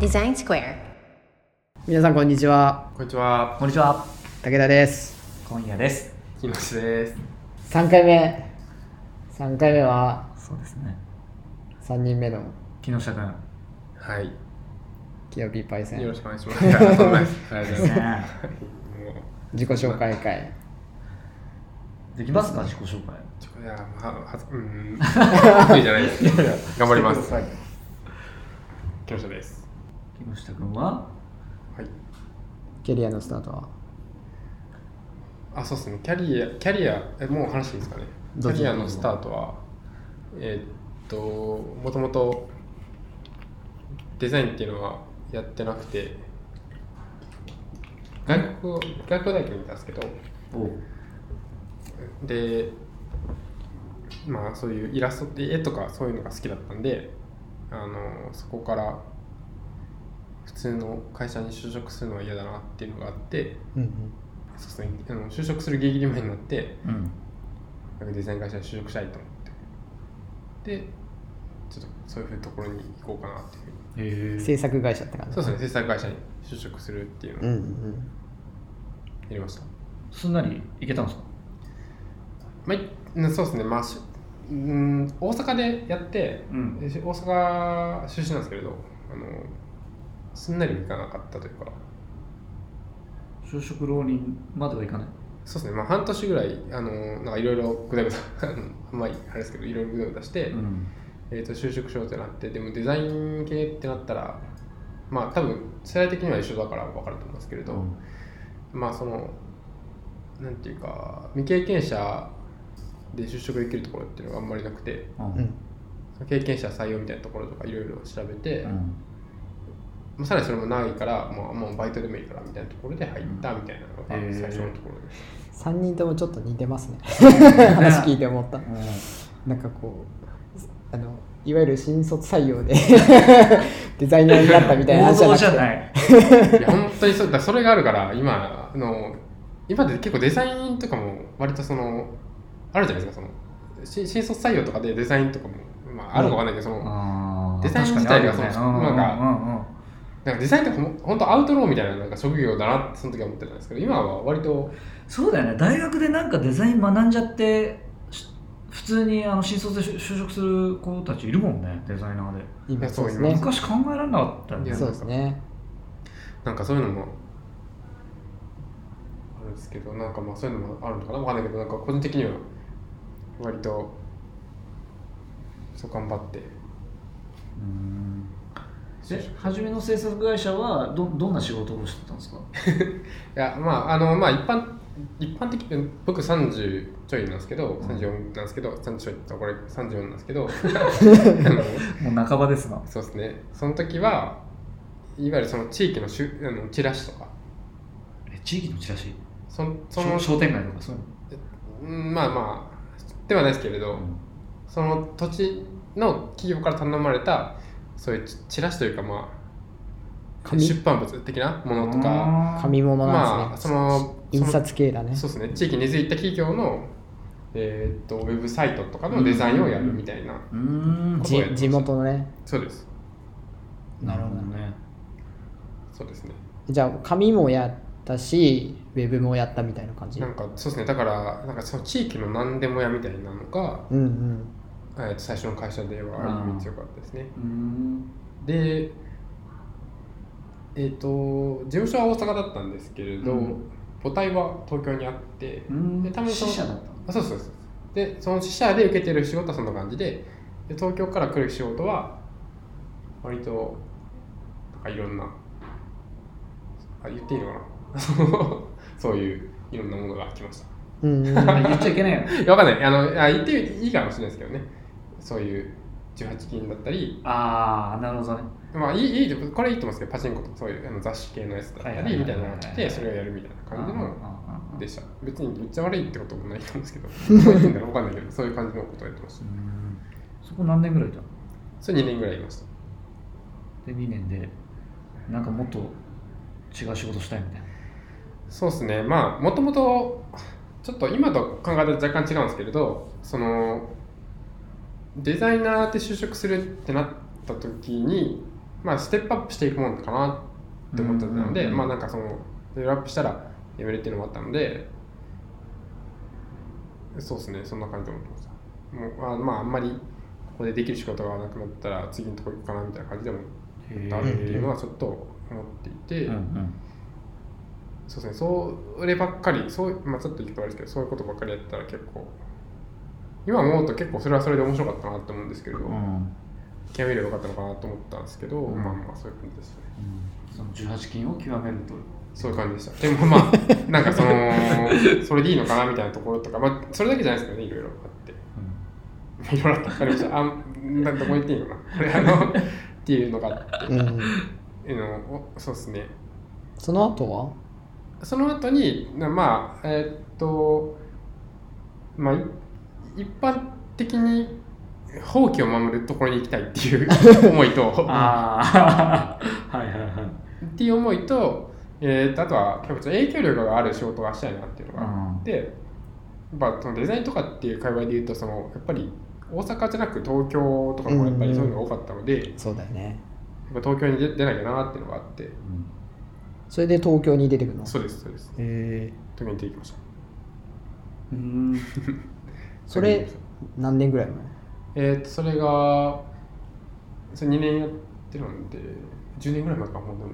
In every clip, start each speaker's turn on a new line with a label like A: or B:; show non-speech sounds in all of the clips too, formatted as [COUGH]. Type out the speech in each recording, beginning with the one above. A: デザインスクエア
B: 皆さんこんにちは
C: こんにちは、
D: こんにちは。
B: 武田です
D: 今夜です。
C: 木下です。
B: 3回目3回目は
D: そうですね。
B: 3人目の
D: 木下君。ね
C: はい、
B: キヨピーパイセ
C: よろ
B: ン
C: しくお願いします。ありがとうございます。ありがとうございま
D: え
C: す。も
B: 自己紹介会
D: できますか自己紹介。
C: う、ちょいや、まあ、はず、うー [LAUGHS] ん、得意じゃないです。頑張ります。木下です。
D: 木下君は
C: はい。
B: キャリアのスタートは
C: あ、そうですね。キャリア、キャリア、え、もう話していいですかね。キ
B: どうぞ
C: ャリアのスタートは、えーっと、もともとデザインっていうのはやってなくて、外国を、外国大学にいたんですけど、
D: お
C: でまあそういうイラストって絵とかそういうのが好きだったんであのそこから普通の会社に就職するのは嫌だなっていうのがあって
B: うん
C: そうですねあの就職するギリギリ前になって
D: うん。
C: なんかデザイン会社に就職したいと思ってでちょっとそういうところに行こうかなっていう
D: え
B: うん制作会社って感じ
C: そうですね制作会社に就職するっていう
B: う
C: のを
B: んうん
C: やりました、
D: すんなりいけたんですか。
C: まあいそうですねまあしうん大阪でやって
D: うん。
C: えし大阪出身なんですけれどあのすんなりもいかなかったというか
D: 就職浪人まではいかない。
C: そうですねまあ半年ぐらいあのなんかいろいろぐだぐだ [LAUGHS] あのあんまりあれですけどいろいろぐだぐだして、
D: ん。
C: えー、と就職しようってなってでもデザイン系ってなったらまあ多分世代的には一緒だから分かると思うんですけれど、まあそのなんていうか未経験者で就職できるところっていうのがあんまりなくて
D: う。
B: うんん
C: 経験者採用みたいなところとかいろいろ調べて、
D: うん。
C: まあさらにそれもないから、まあ、もうバイトでもいいからみたいなところで入ったみたいなのが
D: うんへー
C: 最初のところです。
B: 3人ともちょっと似てますね話聞いて思ったなんかこうあのいわゆる新卒採用でデザイナーになったみたいな話じゃ
D: 王
B: な
D: 道じゃ
B: くて
D: ない。
C: いや本当にそうだそれがあるから今の今で結構デザインとかも割とそのあるじゃないですかそのし新卒採用とかでデザインとかも、まあ、あるかわかんないけど、その
D: あー
C: デザイン
D: 確かにあるよ
C: 自体がそ
D: ね
C: うなんか
D: うんうんうん。
C: なんかデザインとかも本当アウトローみたいななんか職業だなってその時は思ってたんですけど今は割と
D: そうだよね。大学でなんかデザイン学んじゃって。し普通にあの新卒で就就職する子たちいるもんねデザイナーで
B: 今そうです
C: い
B: ね
C: やそ
D: 昔考えられなかったよ
C: い
D: ね
C: や
B: そうですね
C: なんかそういうのもあるんですけどなんかまあそういうのもあるのかなわかんないけどなんか個人的には割とそう頑張って
D: うんえ初めの制作会社はどどんな仕事をしてたんですか
C: いやまああのまあ一般一般的に僕30ちょいなんですけど34なんですけど30ちょいあこれ34なんですけどあの
D: もう半ばですが
C: そうですねその時はいわゆるその地域のしゅあのチラシとか
D: え地域のチラシ
C: そんその
D: 商商店街とかそういうの
C: うんまあまあではないですけれどその土地の企業から頼まれたそういうチチラシというかまあ
B: 紙
C: 出版物的なものとか
B: 紙物なん
C: ま
B: で
C: あ
B: す
C: そ
B: ね、
C: の
B: 印刷系だね
C: そうですね、地域に根付いた企業の、えーっとウェブサイトとかのデザインをやるみたいな、
D: うーん
C: こ
B: じ地元のね
C: そうです、
B: なるほど
D: ね
C: そうですね、
B: じゃあ紙もやったしウェブもやったみたいな感じ
C: なんかそうですね、だから、なんかその地域の何でも屋みたいなのが、
B: うんうん
C: えーっと最初の会社では
D: あー
C: 意味強かったですね。
D: うーん
C: で、えーっと、事務所は大阪だったんですけれど、
D: うん
C: 母体は東京にあって、
D: うーん
C: で多分その
D: 支社だったの
C: あそうそうそうでその支社で受けてる仕事はそんな感じでで東京から来る仕事は割となんかいろんなあ言っていいのかな [LAUGHS] そういういろんなものが来ました
B: うんうん
D: あ言っちゃいけないよ
C: いやわかんないあのあ言っていいかもしれないですけどねそういう18金だったり
D: ああなるほどね
C: まあいいいいこれ言ってますけどパチンコとかそういうあの雑誌系のやつだった
D: はいはいは
C: り
D: い
C: みたいなのが来てそれをやるみたいな感じの
D: あーあーあー
C: でした別にめっちゃ悪いってこともないと思うんですけ
D: [LAUGHS]
C: どどういうんだろうわかんないけどそういう感じのことをやってました
D: うーんそこ何年ぐらいいたの
C: それ2年ぐらいいました
D: で2年でなんかもっと違う仕事したいみたいな
C: そうですねまあもともとちょっと今と考え方若干違うんですけれどそのデザイナーで就職するってなった時にまあ、ステップアップしていくもんかなって思ってたので、
D: うんうんうん
C: まあなんかそのレベルアップしたらやめるっていうのもあったのでそうですねそんな感じで思ってましたもうあまああんまりここでできる仕事がなくなったら次のとこ行くかなみたいな感じでもあるっていうのはちょっと思っていて、そうですねそればっかりそう、まあ、ちょっと言うとあれですけどそういうことばっかりやってたら結構今思うと結構それはそれで面白かったなと思うんですけれど、
D: うん
C: 極めればよかったのかなと思ったんですけど、
D: うん
C: まあまあそういう感じですね
D: その18金を極めると
C: そういう感じでした。でもまあ、なんかそ
D: [LAUGHS]
C: の、それでいいのかなみたいなところとか、まあ、それだけじゃないですけどね、いろいろあって。いろいろあった。わかりました。あ、などこ行っていいのかな。これあの、っていうのがあって、
B: うん、 [LAUGHS]
C: あのおそうですね。
B: その後は
C: その後に、なまあ、えーっと、まあ、い一般的に、放棄を守るところに行きたいって [LAUGHS] いう思いと、
D: ああ [LAUGHS] はいはいはい
C: っていう思いと、えー、とあとはキャプチャー影響力がある仕事がしたいなっていうのがあって、まあ、そのデザインとかっていう界隈で言うとそのやっぱり大阪じゃなく東京とかもやっぱりそういうのが多かったので、や
B: そうだよね
C: っぱ東京に出出なきゃなっていうのがあって
B: それで東京に出てくるの
C: そうですそうです
B: え
C: 東京に出てきました
D: うん
B: それ何年ぐらい前
C: えー、とそれがそれ2年やってるんで10年ぐらい前かもうでも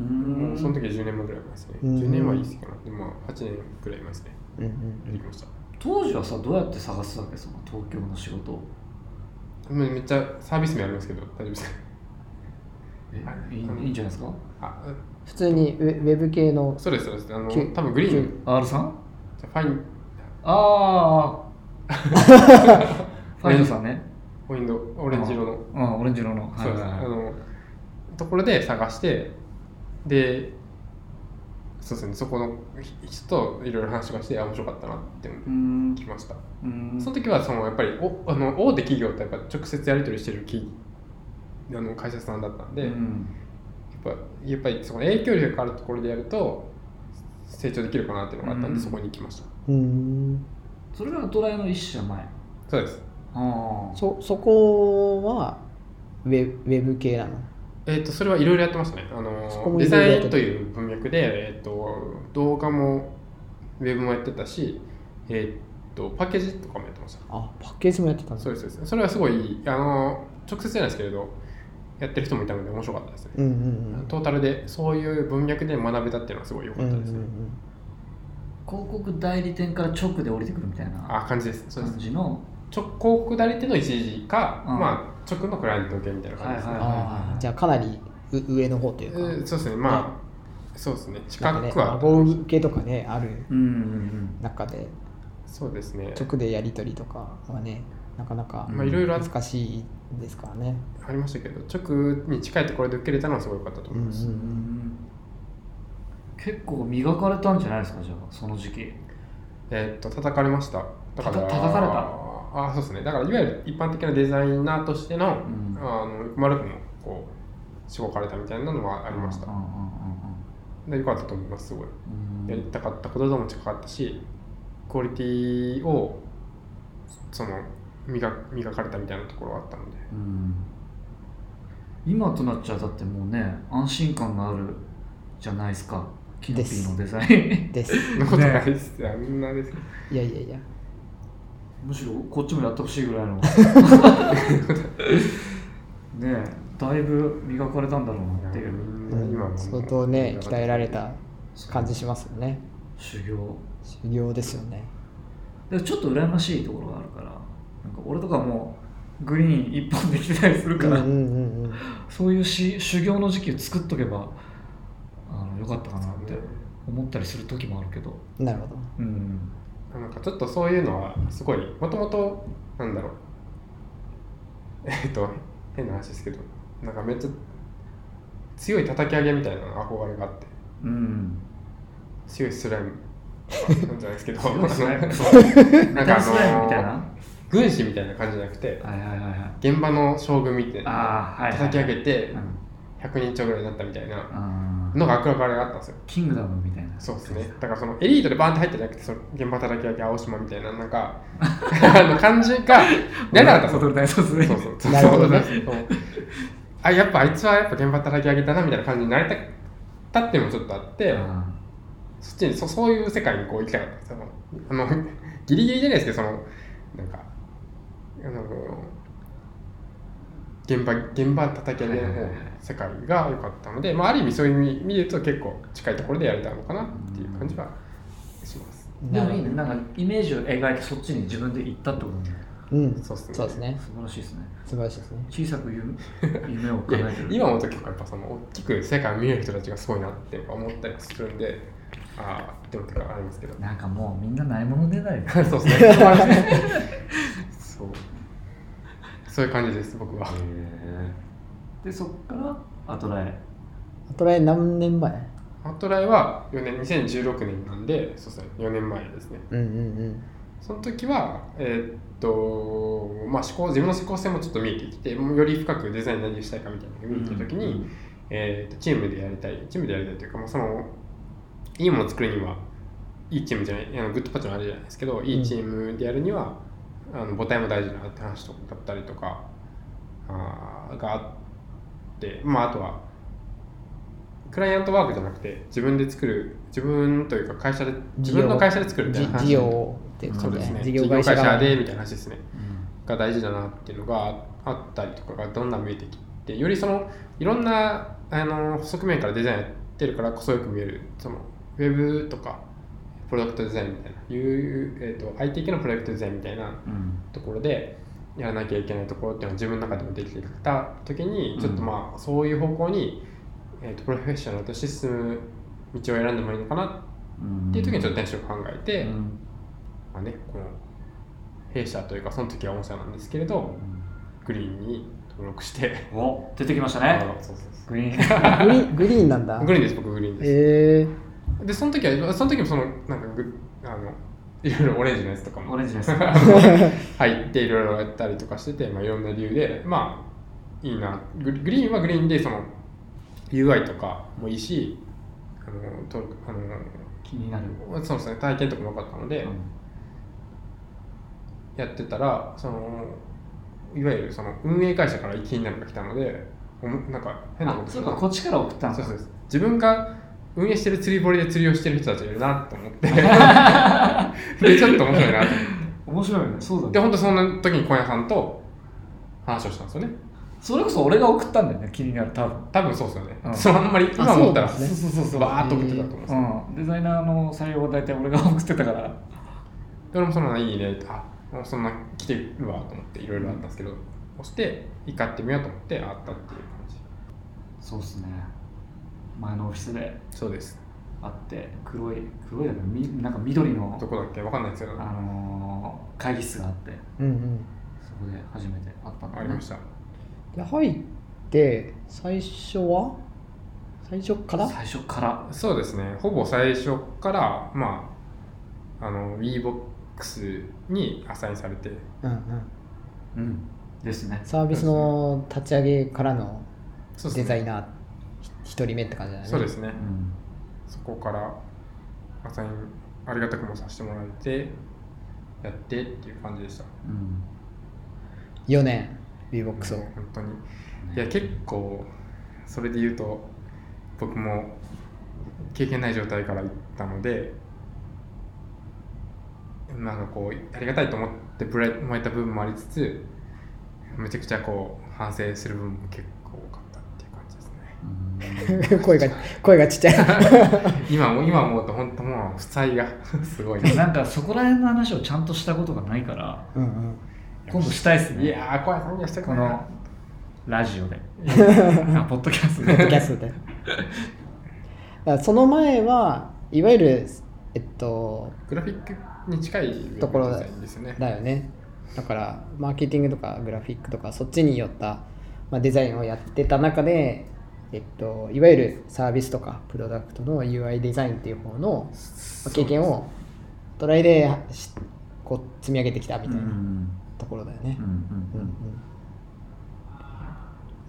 D: う
C: も
D: ん
C: うその時は10年前ぐらい前ですね
B: うん
C: 10年は言い過ぎかなでもまあ8年ぐらい前ですね
B: うん
C: 出てきました
D: 当時はさどうやって探すわけその東京の仕事を
C: もうめっちゃサービス名ありますけど大丈夫です
D: [LAUGHS]
C: か
D: えいいいいんじゃないですか
C: あ
B: 普通にウェウェブ系の
C: そうですそうですあの
B: け
C: 多分グリーン
D: R さん
C: じゃあファイン
D: あ [LAUGHS] あファイドさんね
C: オインドオレンジ色の、
D: うんオレンジ色の
C: そうです、
D: はいはい
C: あ
D: はい
C: のところで探してでそうですねそこの人といろいろ話がしてあ面白かったなって思っ
D: う
C: て
D: ん
C: きました、
D: うん
C: その時はそのやっぱりおあの大手企業とやっぱ直接やり取りしてる企あの会社さんだったんで、
D: う
C: やっ
D: ん
C: ぱやっぱりその影響力があるところでやると成長できるかなっていうのがあったんで、
D: うん
C: そこに行きました
B: うん
D: それがドライの一社前
C: そうです
D: あ
B: そそこはウェウェブ系なの
C: えー、とそれはいろいろやってましたね。あの
B: そこも
C: デ
B: 色々
C: ザ
B: やってた
C: インという文脈で、えー、と動画もウェブもやってたし、えー、とパッケージとかもやってました。
B: あパッケージもやってたんだ
C: そうですそうですそれはすごいあの直接じゃないですけれどやってる人もいたので面白かったですね。
B: うんうん
C: トータルでそういう文脈で学べたっていうのはすごい良
B: う
C: か
B: ん
C: っ
B: うんう
C: た
B: ん
C: ですね。
D: 広告代理店から直で降りてくるみたいな
C: あ感じです。そうです
D: 感じの
C: 直広告代理店の一時か、
D: うん
C: まあ、直のクライアント向けみたいな感じですね。
D: はいはい
B: ああじゃあかなりう上の方という
C: え
B: か、
C: ーそうですねまあそうですね近
B: なん
C: く
B: かね、
C: は、
B: 孫受けとかねある
D: うんうん
B: 中で
C: そうですね
B: 直でやり取りとかはねなかなか
C: まあいろいろあっ
B: 難しいですからね、
C: ありましたけど直に近いところで受けれたのはすごい良かったと思います、
B: うん
D: うんうん結構磨かれたんじゃないですかじゃあその時期
C: えーっと叩かれましただから
D: たた叩かれた
C: あそうですねだからいわゆる一般的なデザイナーとしての,、
D: ん
C: あの丸くもこうしごかれたみたいなのはありました
D: うんうんうん
C: で良かったと思いますすごい
D: うんうん
C: やりたかったこととも近かったしクオリティをその磨磨かれたみたいなところがあったので
D: うん今となっちゃだってもうね安心感があるじゃないですかキノピーのデザイン
B: です
C: そんなことないです、 [LAUGHS] あんなです
B: いやいやいや
D: むしろこっちもやってほしいぐらいの [LAUGHS] ねえだいぶ磨かれたんだろうなっていう
B: うん
C: 今も
B: 相当ね鍛えられた感じ
D: そう
B: しますよね
D: 修行
B: 修行ですよね
D: でちょっと羨ましいところがあるからなんか俺とかもうグリーン一本できたりする
B: う
D: か
B: んう
D: ら、
B: んうんうん
D: そういうし修行の時期を作っとけばあのよかったかなって思ったりする時もあるけど
B: なるほど
D: うん
C: なんかちょっとそういうのはすごいもともとなんだろう [LAUGHS] えっと変な話ですけどなんかめっちゃ強い叩き上げみたいな憧れがあって
D: うん
C: 強いスライムとかなんじゃないですけど
D: 強いスライ
C: あ
D: ム
C: の [LAUGHS]
D: メタルスライムみたいなは
C: 軍師みたいな感じじゃなくて
D: いはいはいはい
C: 現場の将軍みたいな
D: ああはいはい
C: 叩き上げて
D: うん
C: 100人超ぐらいになったみたいな
D: あー
C: のが憧れがあったんですよ
D: キングダムみたいな
C: そうですね。だからそのエリートでバーンって入ったんじゃなくて、その現場叩き上げ青島みたいな、なん [LAUGHS] か、あの感じが、ならなかった
D: 踊る大卒
C: そう
D: で
C: そうそう。
B: なるほどね
C: そうそうそうあやっぱあいつはやっぱ現場叩き上げたなみたいな感じになりたかったっていうのもちょっとあって、そっちにそそういう世界にこう行きたかったんですよあの [LAUGHS] ギリギリじゃないですけどそのなんかあの現場現場叩き上げの方の世界が良かったので、まあ、ある意味そういう意味見ると結構近いところでやれたのかなっていう感じはします。
D: でもいいねなんかイメージを描いてそっちに自分で行ったってことね
B: うん
C: そうっすね
B: そうですね
D: 素晴らしいですね
B: 素晴らしいですね
D: 小さく [LAUGHS] 夢夢を
C: いや
D: 叶えてる
C: 今思うと結構やっぱその大きく世界を見える人たちがすごいなって思ったりするんでああでもとかありますけど [LAUGHS]
D: なんかもうみんなないものねだりだ
C: そ
B: [LAUGHS]
C: うですねそうそういう感じです僕は
D: でそっからアトラエ
B: アトライ何年前
C: アトライは4年2016年なんでそうですね4年前ですね
B: うんうん
C: その時はえーっとまあ思考自分の思考性もちょっと見えてきてもうより深くデザイン何をしたいかみたいなのが見えてきた時に、えー、とチームでやりたいチームでやりたいというか、まあ、そのいいものを作るにはいいチームじゃないあのグッドパッチのあれじゃないですけどいいチームでやるには、あの母体も大事だなって話とかだったりとかあーがあって、まあ、あとはクライアントワークじゃなくて自分で作る自分というか会社で自分の会社で作るみたいな
B: じ
C: 話
B: 事業っていう
C: そう
B: 感じ
C: ですね
B: 事
C: 事
B: 業
C: 業
B: 会
C: 会
B: 社
C: 社
B: が
C: でみたいな話ですね
D: うん
C: が大事だなっていうのがあったりとかがどんどん見えてきてよりそのいろんなあの側面からデザインやってるからこそよく見えるそのウェブとかプロダクトデザインみたいないう、えー、と IT 系のプロダクトデザインみたいな
D: うん
C: ところでやらなきゃいけないところっていうのは自分の中でもできてきた時にちょっとまあそういう方向に、えー、とプロフェッショナルとして進む道を選んでもいいのかな
D: うん
C: っていう時にちょっ
D: っ
C: と転職を考えて、
D: うん
C: まあね、この弊社というかその時は御社なんですけれどグリーンに登録して
D: お出てきました
C: あ
D: ね
C: のそうそうそ
D: グリーン
B: グリグリーンなんだ
C: うグリーンです僕グリーンです、
B: へえ
C: でその時はその時もそのなんかグあのいろいろオレンジのやつとか
D: オ
C: も
D: レンジです
C: 入っていろいろやったりとかしてて、まあ、いろんな理由でまあいいなグリグリーンはグリーンでその UI とかもいいしあの登録あの
D: 気になる
C: そうですね体験とかも良かったので、
D: う
C: やってたらそのいわゆるその運営会社から気になるが来たのでおもなんか変
D: ん
C: な
D: あ
C: こと
D: そ
C: す
D: う
C: る
D: か
C: な
D: こっちから送ったん
C: そ
D: で
C: う
D: す
C: そうです自分が運営してる釣り堀で釣りをしてる人たちがいるなと思って [LAUGHS] でちょっと面白いなと思っ
D: 面白いよねそうだ
C: て
D: ね
C: で本当そんな時に小屋さんと話をしたんですよね
D: それこそ俺が送ったんだよね気になる多分
C: 多分そうですよね、
D: うん
C: そのあんまり今思ったら
B: あそうなんですね
D: そうそうそう
C: バーッと送ってたと思うんですよ、
D: うんデザイナーの採用は大体俺が送ってたから
C: で俺もそんなのいいねあそんな来てるわと思っていろいろあったんですけど押して一回やってみようと思ってあったっていう感じ
D: そうっすね前のオフィスで
C: そうです
D: あって黒い黒いだけどみなんか緑の
C: どこだっけわかんないですよ
D: あのー会議室があって
B: うんうん
D: そこで初めて会ったんだ
C: ありました
B: で入って最初は最初から
D: 最初から
C: そうですねほぼ最初からまああの WeBox にアサインされて
B: うんうん
D: うんですね
B: サービスの立ち上げからの
C: そう
B: デ
C: です
B: ザイ
C: ね
B: ナー一人目って感じだね
C: そうですね
D: うん
C: そこからアサインありがたくもさせてもらえてやってっていう感じでした
D: うん
B: 4年 BBOX を [LAUGHS]
C: もう本当にいや結構それで言うと僕も経験ない状態から行ったのでなんかこうありがたいと思ってぶれ燃えた部分もありつつめちゃくちゃこう反省する部分も結構多かったっていう感じですね
D: [LAUGHS]
B: 声が声がちっちゃい
C: 今も今思うと本当もう負債が [LAUGHS] すごい
D: うん
C: な
D: なんかそこら辺の話をちゃんとしたことがないから
B: うんうん
D: 今度したいっす
C: い
D: ね
C: やー小屋さんにはしたく
D: こ
C: ないな
D: のラジオであポッドキャスト
B: ポッドキ
D: で
B: ャスト
C: [LAUGHS]
B: でだからその前はいわゆるえっと
C: グラフィックに近い
B: ところ
C: デ
B: だ
C: ザインですよね
B: だよねだからマーケティングとかグラフィックとかそっちによった、まあ、デザインをやってた中で、えっと、いわゆるサービスとかプロダクトの UI デザインっていう方のまあ経験をトライでしこう積み上げてきたみ
D: うん
B: た
D: う
B: い
D: ん
B: なところだよね
D: うんう。ん
B: う
D: うん
B: うんん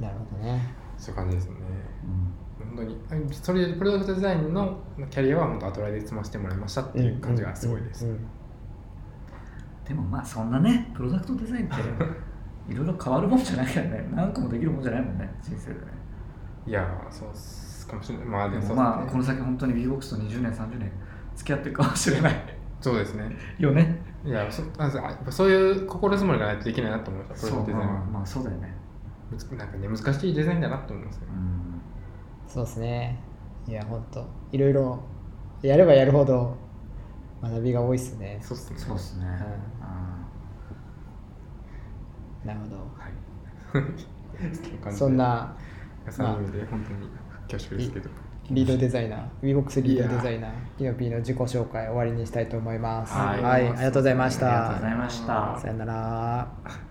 B: なるほどね。
C: そういう感じですね
D: うん
C: 本当にそれでプロダクトデザインのキャリアは本当アトライで積ませてもらいましたっていう感じがすごいです、
B: うんうん
C: [LAUGHS]
D: でもまあそんなねプロダクトデザインっていろいろ変わるもんじゃないからね何個もできるもんじゃないもんね人生でね
C: いやーそうっすかもしれないまあで
D: で
C: もそう
D: も
C: っすね
D: まあこの先本当に BBOX と20年30年付き合ってるかもしれない
C: そうですね
D: よね
C: いやそなんせあやっぱそういう心づもりがないとできないなと思いましたプ
D: そ
C: ロ
D: う
C: デザイン
D: まあ
C: は
D: まあそうだよね
C: むずなんかね難しいデザインだなと思いますね
D: うん
B: そうですねいや本当いろいろやればやるほど学びが多いですね
C: そうっすね
D: そうですね、
B: なるほ
C: はい
B: どそんな
C: そういう意味で本当に恐縮ですけど
B: リードデザイナー WeBox リードデザイナーキノピーの自己紹介終わりにしたいと思います
C: はい
B: はい、ありがとうございまし
D: ありがとうござい
B: た
D: ました
B: さよなら
C: あ